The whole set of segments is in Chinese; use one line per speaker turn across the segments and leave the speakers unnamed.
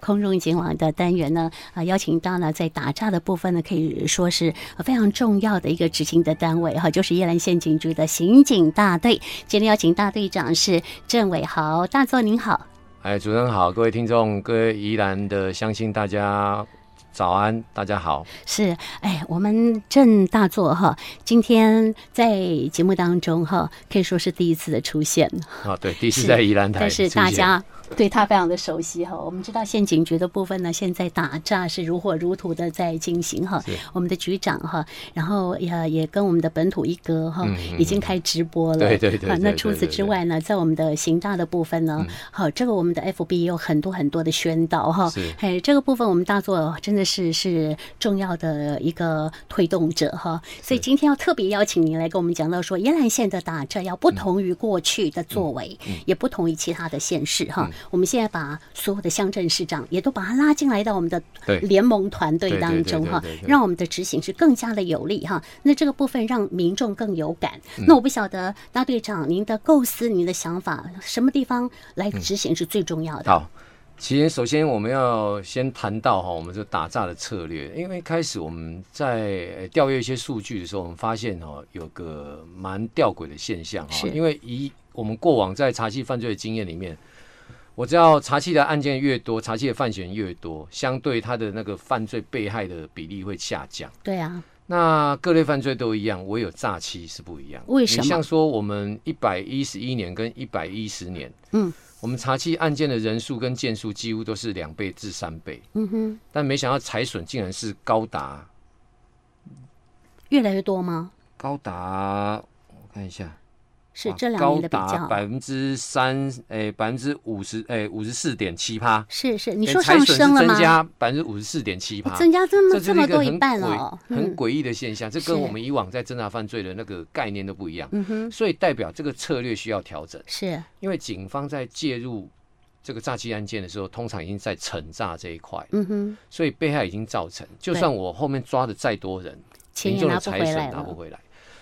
空中警网的单元呢，啊，邀请到呢在打诈的部分呢，可以说是呃非常重要的一个执行的单位哈，就是夜兰县警局的刑警大队。今天邀请大队长是郑伟豪，大作您好。
哎，主持人好，各位听众，各位宜兰的乡亲，大家早安，大家好。
是，哎，我们郑大作哈，今天在节目当中哈，可以说是第一次的出现，
啊，对，第一次在宜兰台
但是
出现
大家对他非常的熟悉哈。我们知道县警局的部分呢，现在打诈是如火如荼的在进行哈
是。
我们的局长哈，然后也也跟我们的本土一哥哈
嗯嗯，嗯
已经开直播了。
对对对
啊，那
对
除
对
此
对
之
对
外呢，在我们的刑大的部分呢，好，这个我们的 FB 也有很多很多的宣导哈。
是
哎，这个部分我们大作真的是是重要的一个推动者哈，所以今天要特别邀请您来跟我们讲到说，宜兰县的打这要不同于过去的作为，也不同于其他的县市哈。我们现在把所有的乡镇市长也都把他拉进来到我们的
对
联盟团队
对对
当
对
中
对
哈
对对，对
让我们的执行是更加的有力哈。那这个部分让民众更有感。
嗯
那我不晓得大队长您的构思、您的想法，什么地方来执行是最重要的？
好，其实首先我们要先谈到哈，我们这打诈的策略，因为开始我们在呃调阅一些数据的时候，我们发现哈有个蛮吊诡的现象哈
是，
因为以我们过往在查缉犯罪的经验里面。我知道查缉的案件越多，查缉的犯嫌人越多，相对他的那个犯罪被害的比例会下降。
对啊，
那各类犯罪都一样，唯有诈欺是不一样。
为什么
你像说我们一百一十一年跟一百一十年，
嗯，
我们查缉案件的人数跟件数几乎都是两倍至三倍，
嗯哼，
但没想到财损竟然是高达
越来越多吗？
高达，我看一下，
是
哇
这两年的比
高达
较，
百分之三，诶，百分之五十，诶，五十四点七趴。
是是，你
诶
说
财
上
损是
升了
增
吗？
加百分之五十四点七趴，
增加这么嗯
这
这
就是
么
一个
多
很
一半了
诡
哦，
很
嗯
诡异的现象，这
是
跟我们以往在侦查犯罪的那个概念都不一样。
嗯哼，
所以代表这个策略需要调整，
是
因为警方在介入这个诈欺案件的时候，通常已经在惩诈这一块了，
嗯哼，
所以被害已经造成，就算我后面抓的再多人，
钱也
民众
拿
的
不
财
回
损
来
拿不
了，
回来。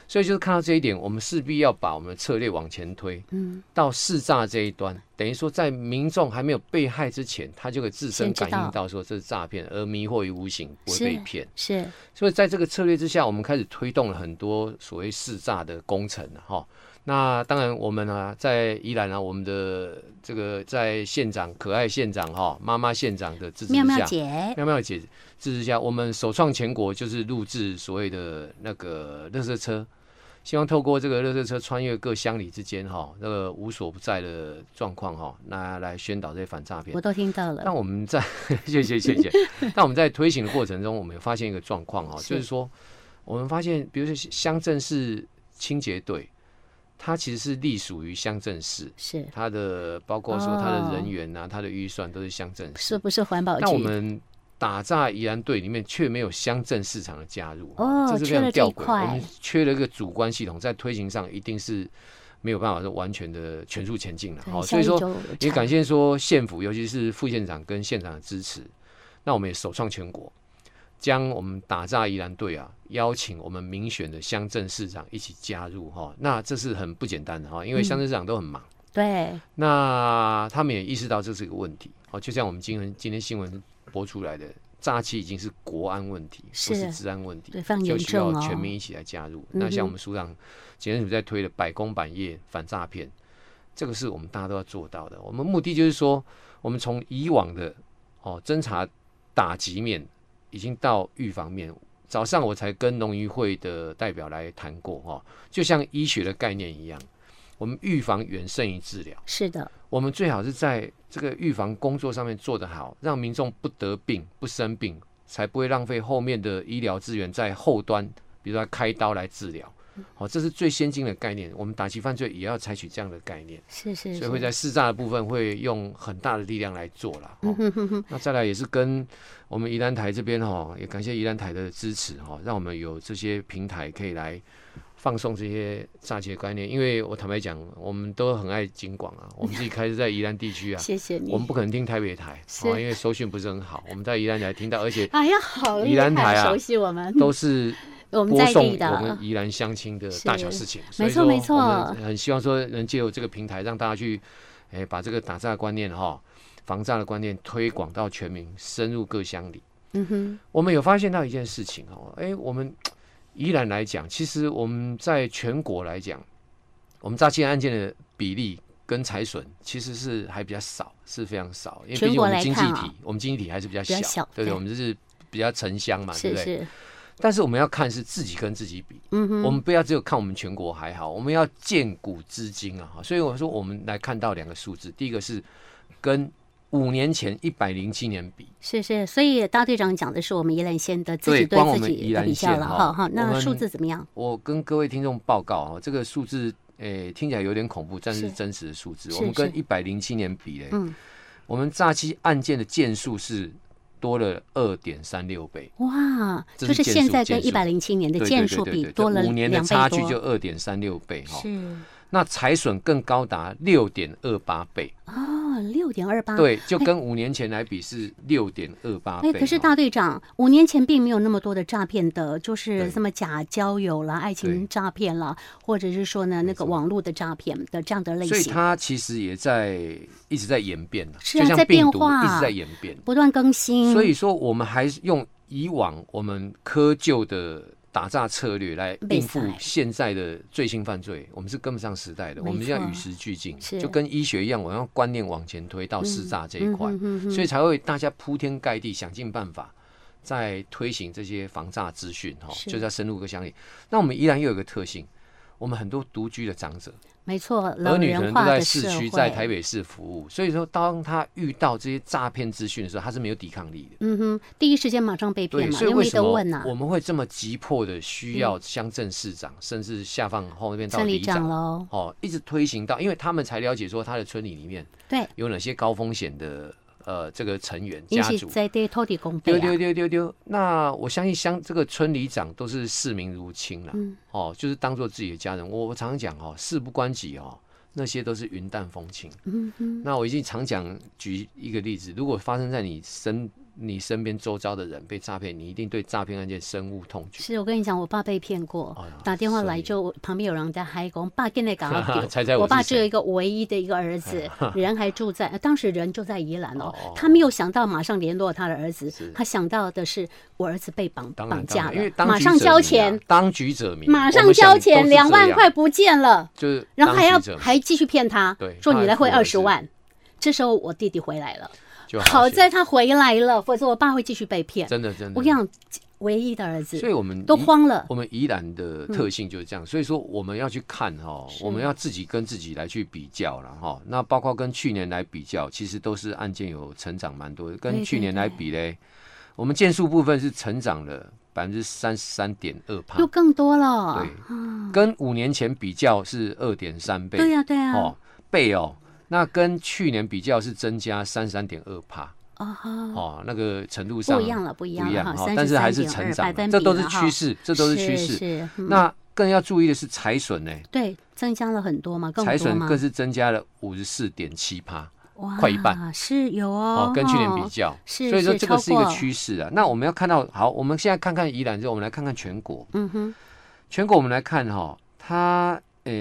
所以就是看到这一点，我们势必要把我们的策略往前推，
嗯，
到试诈这一端，等于说在民众还没有被害之前，他就可以自身
先知
感
道
应到说这是诈骗，而迷惑于无形，不会
是
被骗。
是
所以在这个策略之下，我们开始推动了很多所谓试诈的工程啊哈。那当然，我们啊，在宜兰啊，我们的这个在县长可爱县长哈、妈妈县长的支持之下，
妙妙姐
妙妙姐支持下，我们首创全国就是录制所谓的那个垃圾车，希望透过这个垃圾车穿越各乡里之间哈、那个无所不在的状况哈、那来宣导这些反诈骗
我。都听到了
那，我们在 谢谢 谢谢，那我们在推行的过程中，我们有发现一个状况哦，
是
就是说，我们发现，比如说乡镇市清洁队，它其实是隶属于乡镇市，
是
它的包括说它
哦
的人员啊，它的预算都是乡镇市
是。不是环保
那我
局？
们打炸宜兰队里面却没有乡镇市场的加入，
哦
这是非
缺了这
常
一
吊诡。
块
我们缺了一个主观系统，在推行上一定是没有办法说完全的全速前进了。
对
好，
下
所以
一
说
周有
也
差
感谢说县府，尤其是副县长跟县长的支持。那我们也首创全国，将我们打炸宜兰队啊，邀请我们民选的乡镇市长一起加入哈、那这是很不简单的哈、因为乡镇市长都很忙，
对
那他们也意识到这是个问题。哦，就像我们今天今天新闻播出来的，诈欺已经是国安问题，不
是
是治安问题。
对，非常
就
严
需要
重哦，
全民一起来加入。
嗯哼
那像我们署长检察署在推的百工百业反诈骗，这个是我们大家都要做到的。我们目的就是说，我们从以往的哦侦查打击面，已经到预防面。早上我才跟农渔会的代表来谈过哦，就像医学的概念一样，我们预防远胜于治疗。
是的，
我们最好是在这个预防工作上面做得好，让民众不得病、不生病，才不会浪费后面的医疗资源在后端，比如说开刀来治疗。好、这是最先进的概念。我们打击犯罪也要采取这样的概念，
是是
所以会
是，
在试诈的部分会用很大的力量来做了。哦
嗯哼哼哼，
那再来也是跟我们宜兰台这边哈、哦，也感谢宜兰台的支持哈、哦，让我们有这些平台可以来放送这些诈欺的观念。因为我坦白讲，我们都很爱警广啊，我们自己开始在宜兰地 区啊，
谢谢你
我，们不可能听台北台
是
哦，因为收讯不是很好。我们在宜兰台听到，而且
哎呀，好
宜
厉
兰台
害，
啊
熟悉我们，
都是
我们
播
在
送
地
我们
的，啊
宜兰乡亲的大小事情。
是
所以
没错
说呃
没错
我们很希望说能借由这个平台让大家去，哎，把这个打诈观念哈、防诈的观念推广到全民，深入各乡里。
嗯哼，
我们有发现到一件事情哦，哎，我们依然来讲，其实我们在全国来讲，我们诈欺案件的比例跟财损其实是还比较少，是非常少，因为毕
全
竟我
国
们
来
经济
看
体，
啊
我们经济体还是比较
比
小，
较小
对
对
不对？我们就是比较城乡嘛，啊对
是
不对？
是，
但是我们要看是自己跟自己比，
嗯哼，
我们不要只有看我们全国还好，我们要见古知今啊。所以我说，我们来看到两个数字，第一个是跟五年前一百零七年比，
是是，所以大队长讲的是我们宜兰县的自己
对光我
自
们
己
宜
的
兰
比较
县
了
哈
哈哈。
我
那
们
数字怎么样？
我跟各位听众报告啊，这个数字诶、听起来有点恐怖，但是
是
真实的数字。
是
我们跟
是
一百零七年比嘞，
嗯
我们诈欺案件的件数是多了二点三六倍。
哇，
这
就是是
件
现
数
在
件
跟一
数
百零七年的
对
件
对
数
对对
比
对，
多了
这五年的
两
差
倍
距就
多，
二点三六倍哈、
是
那财损更高达六点二八倍，
哦，六点二八。，
对，就跟五年前来比是六点二八
哎，
倍。哦
可是
哈
大队长，五年前并没有那么多的诈骗的，就是
对
什么假交友啦、爱情
对
诈骗啦，或者是说呢那个网络的诈骗的这样的类
所以
型，
它其实也在一直在演变了，
是啊
就像
在变
病毒
化
一直在演变。
不断更新。
所以说，我们还是用以往我们窠臼的打诈策略来应付
被塞
现在的最新犯罪，我们是跟不上时代的，
没错
我们要与时俱进，
是
就跟医学一样，我要观念往前推到施诈这一块
嗯，哼哼
所以才会大家铺天盖地想尽办法。在推行这些防诈资讯，哈，
是
就是要深入各乡里。那我们依然又有一个特性，我们很多独居的长者，
没错，老
儿女可
人
能都
化
在
的
市
社
区，
会，
在台北市服务，所以说，当他遇到这些诈骗资讯的时候，他是没有抵抗力的。
嗯哼，第一时间马上被骗
对，
嘛，
所以
因
为
为
什
得
么
问啊呐、
我们会这么急迫的需要乡镇市长，甚至下放后面到
村里
里
长
长，
喽，
哦，一直推行到，因为他们才了解说他的村里里面
对，
有哪些高风险的呃这个成员
因
家
是
族。
在地土地公
丢
费啊
丢，丢丢丢，那我相信乡这个村里长都是视民如亲啦，
嗯
哦，就是当做自己的家人。我我常常讲哦，事不关己哦，那些都是云淡风轻。
嗯哼，
那我已经常讲，举一个例子，如果发生在你身你身边周遭的人被诈骗，你一定对诈骗案件深恶痛绝。
是我跟你讲，我爸被骗过，
哎呀
打电话
所
来
以
就旁边有人在嗨讲，爸 跟那搞
猜猜我
啊我爸
是
只有
谁
一个唯一的一个儿 子，人还住在，呃当时人就在宜兰哦
哦。
他没有想到马上联络他的儿子
是，
他想到的是我儿子被绑
当
绑
然，
架
当然因为
了，
当
马
局
上
者
交
迷啊
钱，，
当局者迷，
马
我
上
们想
交
都是
钱，
这
两万
样
块，不见了，
就是
然后还
当
要
局者迷
还继续骗他
对，
说你来汇
他
二
还
十
付
万。这时候我弟弟回来了，
就
好
险
在他回来了，否则我爸会继续被骗。
真的真的，
我跟你讲，唯一的儿
所
子
以我们
都
宜
慌了，
我们宜兰的特性就是这样，所以说我们要去看哈、
嗯是
我们要自己跟自己来去比较了哈、那包括跟去年来比较，其实都是案件有成长蛮多的。
对
跟去
对
年来
对
比嘞，我们件数部分是成长了百分之三十三点二
又
帕，
更多了
对。，跟五年前比较是二点三倍，
对呀，啊对呀
哦，倍哦。那跟去年比较是增加三十三点二帕
啊哈。
哦，那个程度上
不一样了，不一
不
样
一
了
样
哈，
哈，
33.2
但是还是成
百
长
分
的，
比
这都是
了哈
趋势，这都是趋势。
是嗯
那更要注意的是财损呢，
对增加了很多嘛，更
财
多
损
嘛
更，是增加了五十四点七趴
哇，
快一半
是有哦
哦，，跟去年比较，
是
所以说
是
这个
超
是一个
过
趋势啊。那我们要看到，好，我们现在看看宜兰之后，我们来看看全国，
嗯哼，
全国我们来看哈、它呃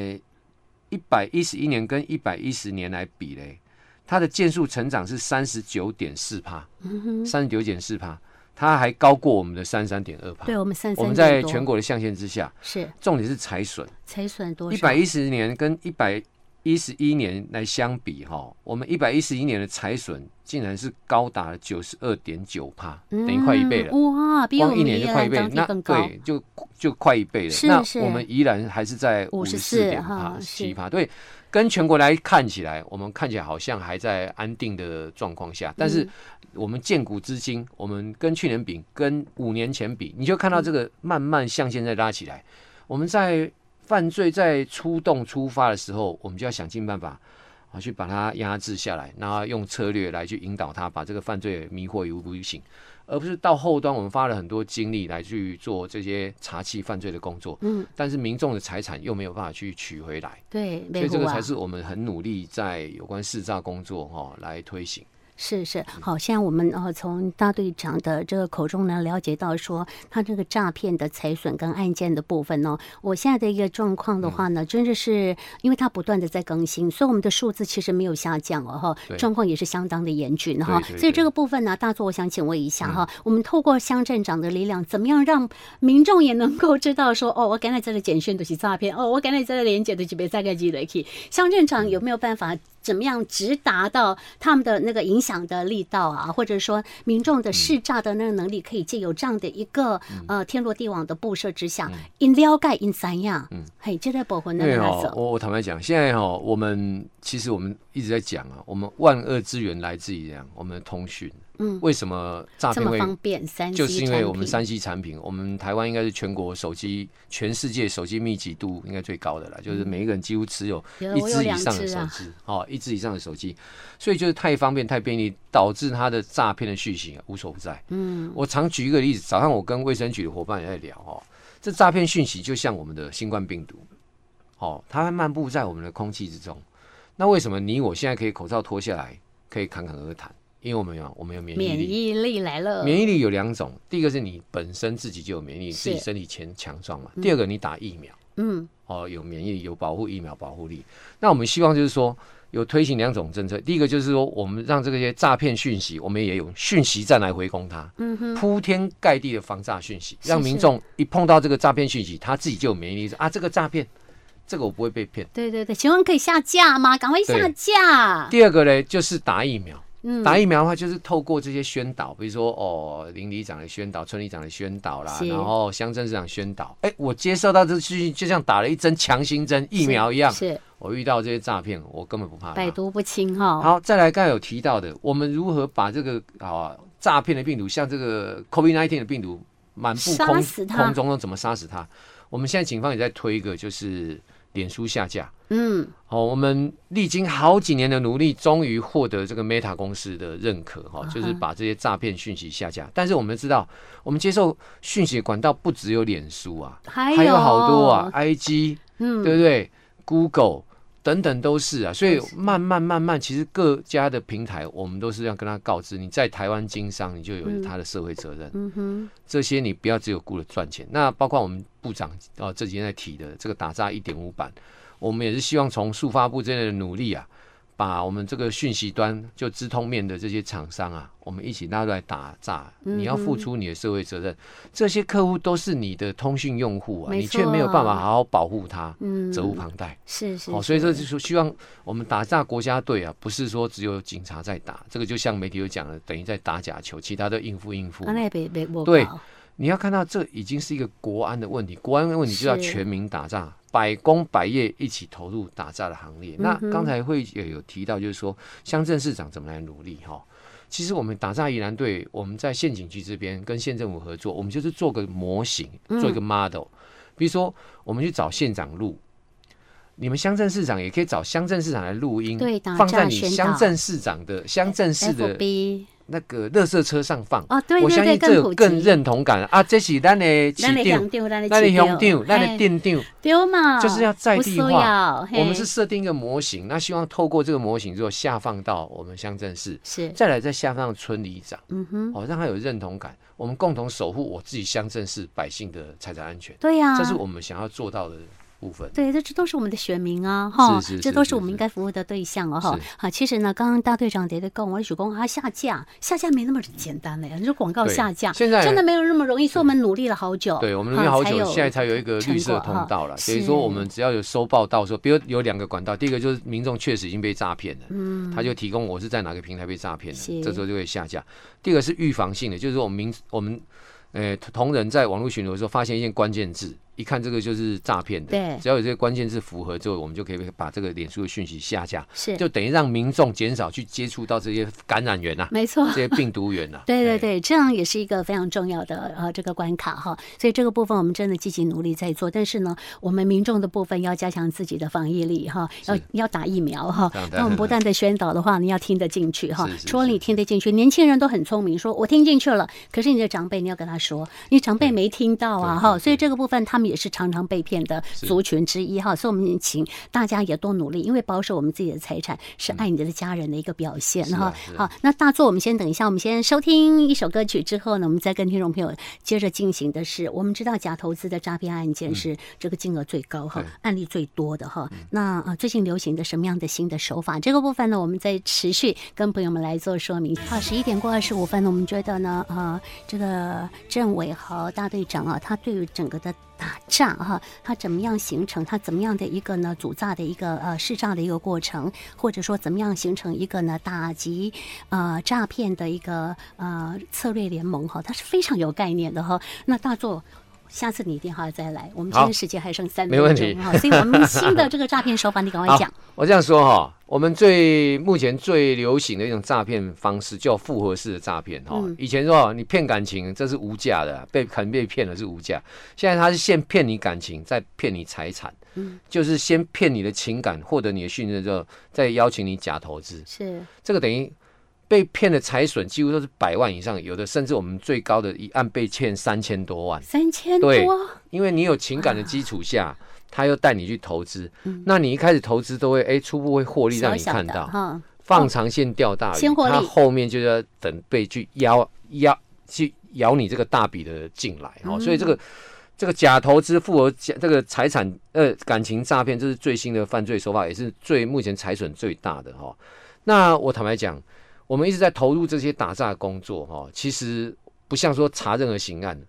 一百一十一年跟一百一十年来比嘞，它的件数成长是三十九点四趴，
嗯哼，
三十九点四趴，它还高过我们的三三点二趴
对。我们三
我
三
们在全国的象限之下，
是
重点是财损。
财损多
一
少
百？一十年跟一百一十一年来相比，哈，我们一百一十一年的财损竟然是高达九十二点九帕，
嗯
等于快一倍了。
哇，比我
光一
们
年
宜
就快
兰
一倍
当，地
那
更高，
对，就就快一倍了。
是
那
是
我们依然还是在五十四
54
点
哈
帕
是
七帕，对，跟全国来看起来，我们看起来好像还在安定的状况下，但是我们见古至今，我们跟去年比，跟五年前比，你就看到这个慢慢向现在拉起来。我们在犯罪在出动出发的时候，我们就要想尽办法啊，去把它压制下来，那用策略来去引导他，把这个犯罪迷惑于无形，而不是到后端我们花了很多精力来去做这些查缉犯罪的工作，
嗯，
但是民众的财产又没有办法去取回来，
对，
所以
没
这
错
个
啊
才。是我们很努力在有关市诈工作哈、来推行。
是是，好，现在我们呃从大队长的这个口中呢了解到说，他这个诈骗的财损跟案件的部分哦，我现在的一个状况的话
嗯
呢，真的是因为它不断的在更新，所以我们的数字其实没有下降哦哈，
对
状况也是相当的严峻哈
对对，对嗯
所以这个部分呢，大作我想请问一下哈，我们透过乡镇长的力量，怎么样让民众也能够知道说，哦，我刚才这个简讯都是诈骗，哦，我刚才这个连接的是别再个积累去，乡镇长有没有办法怎么样直达到他们的那个影响的力道啊，或者说民众的
嗯
试诈的那个能力，可以借由这样的一个、呃天罗地网的布设之下，
嗯
因、了解因怎样，嗯，嘿，这个部分
因
那
为
个
哦，
走，
我我坦白讲，现在哈、哦，我们其实我们一直在讲啊，我们万恶之源来自于这样我们的通讯。
嗯，
为什么诈
这
骗
么
会
方便，三 C
就是因为我们
产
山西产品，我们台湾应该是全国手机、全世界手机密集度应该最高的啦，就是每一个人几乎持有
嗯有
一
我有
只以
两
上的
只
手
啊
机，哦，一只以上的手机，所以就是太方便、太便利，导致它的诈骗的讯息啊无所不在。嗯，我常举一个例子，早上我跟卫生局的伙伴也在聊哦，这诈骗讯息就像我们的新冠病毒，哦，它漫步在我们的空气之中。那为什么你我现在可以口罩脱下来，可以侃侃而谈？因为我们有我们有免疫
免
力。
疫力来了，
免疫力有两种，第一个是你本身自己就有免疫力，
是
自己身体强强壮嘛；第二个你打疫苗，
嗯，
哦，有免疫力，有保护疫苗保护力。那我们希望就是说，有推行两种政策，第一个就是说，我们让这些诈骗讯息，我们也有讯息站来回攻它，嗯哼，铺天盖地的防诈讯息，
是
让民众一碰到这个诈骗讯息，他自己就有免疫力，说啊，这个诈骗，这个我不会被骗。
对对对，请问可以下架吗？赶快下
对
架，
第二个呢，就是打疫苗。
嗯，
打疫苗的话，就是透过这些宣导，比如说哦，林里长的宣导、村里长的宣导啦，
是
然后乡镇市长宣导。哎、我接受到这资讯，就像打了一针强心针疫苗一样。
是是
我遇到这些诈骗，我根本不怕它。
百毒不侵哦哈、
好，再来刚才有提到的，我们如何把这个啊诈骗的病毒，像这个 COVID-19 的病毒，满布
杀
空
死它
空中，怎么杀死它？我们现在警方也在推一个，就是脸书下架。
嗯。
好、我们历经好几年的努力，终于获得这个 Meta 公司的认可，
嗯
哈、就是把这些诈骗讯息下架。但是我们知道，我们接受讯息的管道不只有脸书啊，
还有
有好多啊，IG，
哎嗯
对不对？Google 等等都是啊。所以
都是
慢慢慢慢，其实各家的平台，我们都是要跟他告知，你在台湾经商，你就有他的社会责任。
嗯哼，
这些你不要只有顾着赚钱。那包括我们部长哦这几天在提的这个打诈一点五版，我们也是希望从速发部这类的努力啊，把我们这个讯息端就资通面的这些厂商啊，我们一起拉出来打诈。
嗯
你要付出你的社会责任，这些客户都是你的通讯用户啊，
没
你
错啊
却没有办法好好保护他，
嗯，
责无旁贷。哦
是是，
好、所以这就是希望我们打炸国家队啊，不是说只有警察在打，这个就像媒体有讲的，等于在打假球，其他都应付应付。
安内别别我
对你要看到这已经是一个国安的问题，国安的问题就要
是嗯
全民打仗，百工百业一起投入打仗的行列。那刚才会也有提到，就是说乡镇市长怎么来努力哈。其实我们打仗宜兰队，我们在县警局这边跟县政府合作，我们就是做个模型，
嗯
做一个 model。比如说，我们去找县长录，你们乡镇市长也可以找乡镇市长来录音
对打，
放在你
诈宣导
乡镇市长的乡镇市的
FB
那个垃圾车上放。
哦，对
我相
对对，
信这有
更
更认同感啊！这是咱的市
那你
长
乡，丢，那你
咱的乡长，咱的
丢
店长，
丢嘛，
就是要在地
啊不需
化。
要嘿
我们是设定一个模型，那希望透过这个模型之后下放到我们乡镇市，
是，
再来再下放村里长，
嗯哼，
哦，让他有认同感。我们共同守护我自己乡镇市百姓的财产安全，
对呀，
这是我们想要做到的部分。
对，这这都是我们的选民啊，哈
是是，是
这都是
是
我们
是
应该服务的对象哦，哈
是。
好，其实呢，刚刚大队长也在跟我许工啊，下架下架没那么简单嘞，就是广告
对
下架，
现在
真的没有那么容易，所以我们努力了好久，
对我们
哈
努力好
才
久，
有
现在才有一个绿色通道了。
成果
所
哈
以说，我们只要有收报到说，比如有两个管道，第一个就是民众确实已经被诈骗了，嗯，他就提供我是在哪个平台被诈骗的
是，
这时候就会下架。第二个是预防性的，就是说我们民我们呃同仁在网络巡逻的时候发现一些关键字，一看这个就是诈骗的，
对
只要有这个关键字符合之后，我们就可以把这个脸书的讯息下架，
是
就等于让民众减少去接触到这些感染 源啊，
没错
这。些病毒源啊。
对对
哎，
对，这样也是一个非常重要的呃这个关卡哈，所以这个部分我们真的积极努力在做，但是呢，我们民众的部分要加强自己的防疫力哈，要要打疫苗哈
当。然
那我们不断的宣导的话，你要听得进去哈
是。是
除了你听得进去，年轻人都很聪明， 说我听进去了，可是你的长辈你要跟他说，你长辈没听到啊
对对
哈，
对
所以这个部分他们也是常常被骗的族群之一哈。所以，我们请大家也多努力，因为保守我们自己的财产是爱你的家人的一个表现
嗯是啊
哈
是。啊
好，那大作，我们先等一下，我们先收听一首歌曲之后呢，我们再跟听众朋友接着进行的是，我们知道假投资的诈骗案件是这个金额最高哈
对，
案例最多的哈。那呃，最近流行的什么样的新的手法？这个部分呢，我们再持续跟朋友们来做说明。好，十一点过二十五分呢，我们觉得呢，呃，这个郑伟豪大队长啊，他对于整个的打仗哈、他怎么样形成他怎么样的一个呢主诈的一个呃试诈的一个过程，或者说怎么样形成一个呢打击呃诈骗的一个呃策略联盟哈、他是非常有概念的哈、那大作。下次你一定还要再来，我们今
好
天时间还剩三分
没问
钟
题
哈，所以我 们新的这个诈骗手法，你赶快
好
讲。
我这样说哈，我们最目前最流行的一种诈骗方式叫复合式的诈骗哈
嗯。
以前说你骗感情，这是无价的，被肯被骗了是无价。现在他是先骗你感情，再骗你财产
嗯，
就是先骗你的情感，获得你的信任之后，再邀请你假投资。
是，
这个等于被骗的财损几乎都是百万以上，有的甚至我们最高的一案被欠三千多万。
三千
对
多，
因为你有情
啊
感的基础下，他又带你去投资，那你一开始投资都会哎初步会获利让
嗯小
你
小
看
的
到，
哈，
放长线钓大鱼，
先获利
它后面就要等被去咬咬去咬你这个大笔的进来哦，所以这个。这个假投资复合假这个财产呃感情诈骗，这是最新的犯罪手法，也是最目前财损最大的哈、哦。那我坦白讲，我们一直在投入这些打诈工作哈、哦，其实不像说查任何刑案，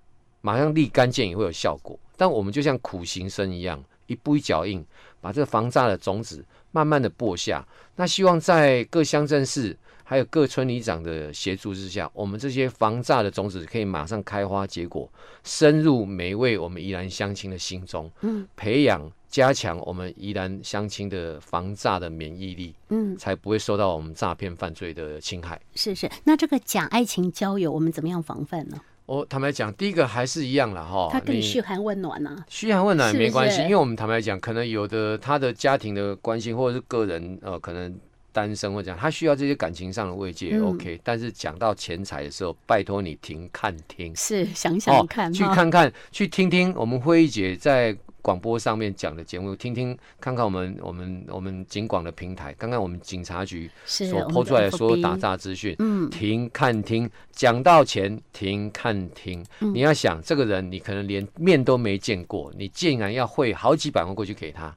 马上立竿见影会有效果，但我们就像苦行僧一样，一步一脚印，把这防诈的种子慢慢的播下，那希望在各乡镇市还有各村里长的协助之下，我们这些防诈的种子可以马上开花结果，深入每一位我们宜兰乡亲的心中，
嗯，
培养加强我们宜兰乡亲的防诈的免疫力，
嗯，
才不会受到我们诈骗犯罪的侵害。
是是。那这个假爱情交友，我们怎么样防范呢？
我哦坦白讲，第一个还是一样了哈，
它可以
你
嘘寒问暖啊，
嘘寒问暖
是不
没关系，
是
因为我们坦白讲，可能有的他的家庭的关系，或者是个人呃，可能单身或者讲他需要这些感情上的慰藉、
嗯
o k 但是讲到钱财的时候，拜托你停看听，
是想想看
哦，去
哈。
看看，去听听我们辉姐在广播上面讲的节目，听听看看我们我们我们警广的平台，看看我们警察局
是
所
我们
抛出来的
的
所有打
FB
诈资讯，
嗯，
停看听，讲到钱停看听。
嗯
你要想这个人，你可能连面都没见过，你竟然要汇好几百万过去给他，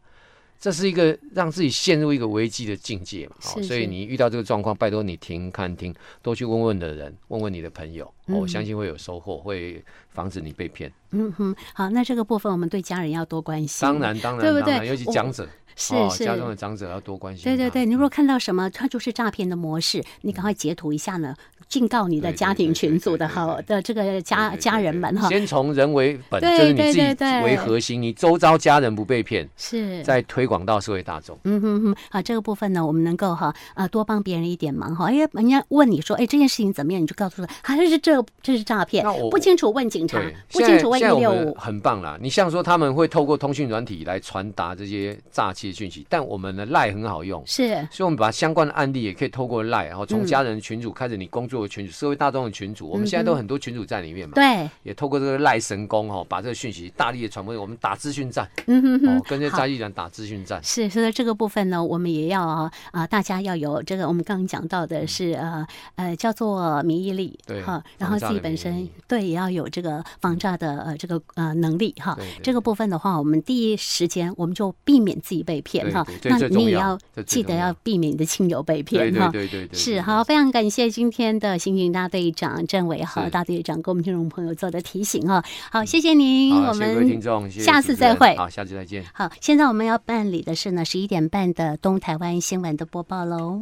这是一个让自己陷入一个危机的境界嘛。哦
是
所以
是
你遇到这个状况，拜托你停看听，多去问问的人，问问你的朋友，哦我相信会有收获，会防止你被骗。
嗯哼，好，那这个部分我们对家人要多关心。
当然，当然，
对不
当然，
对
尤其
我
长者，
是
哦，
是。
家中的长者要多关心。
对对对，，你如果看到什么，它就是诈骗的模式，你赶快截图一下呢，警告你的
对
家
对
庭
对
群
对
组
对
的
对
好
对
的这个
对
家
对对
家人
对
们哈，
先从人为本，
对
就是你
对
自己
对对
为核心，你周遭家人不被骗，
是
再推广到社会大众。
嗯哼哼，啊，这个部分呢，我们能够哈啊多帮别人一点忙哈。哎，人家问你说，哎，这件事情怎么样，你就告诉他，还是这这是诈骗
那我，
不清楚问警察
对，，
不
现
清
在
楚问一
现在
六
我们
五，
很棒啦。你像说他们会透过通讯软体来传达这些诈欺讯息，但我们的赖很好用，
是
所以我们把相关的案例也可以透过赖，然后从
嗯
家人群组开始，你工作的群组、社会大众的群组，我们现在都很多群组在里面嘛。
对，
也透过这个赖神功哦，把这个讯息大力的传播。我们打资讯战
嗯哼哼
哦，，跟这
好
诈欺人打资讯战。
是，所以这个部分呢，我们也要啊、啊大家要有这个，我们刚刚讲到的是呃呃，叫做免疫力，
嗯对
哈，然
防
后
诈
自己
的
本
免疫
身
力
对也要有这个防诈的呃这个呃能力哈
对。对
这个部分的话，我们第一时间我们就避免自己被骗
对
哈
对，这
那
最
你
重
也
要
要
这最
记得
重
要
要
避免你的亲友被
对
骗
对
哈。
对对对，
是
对
好，非常感谢今天的刑警大队长郑伟和
是嗯
大队长给我们听众朋友做的提醒啊，好，谢谢您，
好，
我
谢谢各位
们
听众，谢谢
下
主
次
持
再
人
会
好，下次再见。
好，现在我们要办理的是呢十一点半的东台湾新闻的播报喽。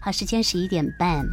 好，时间十一点半。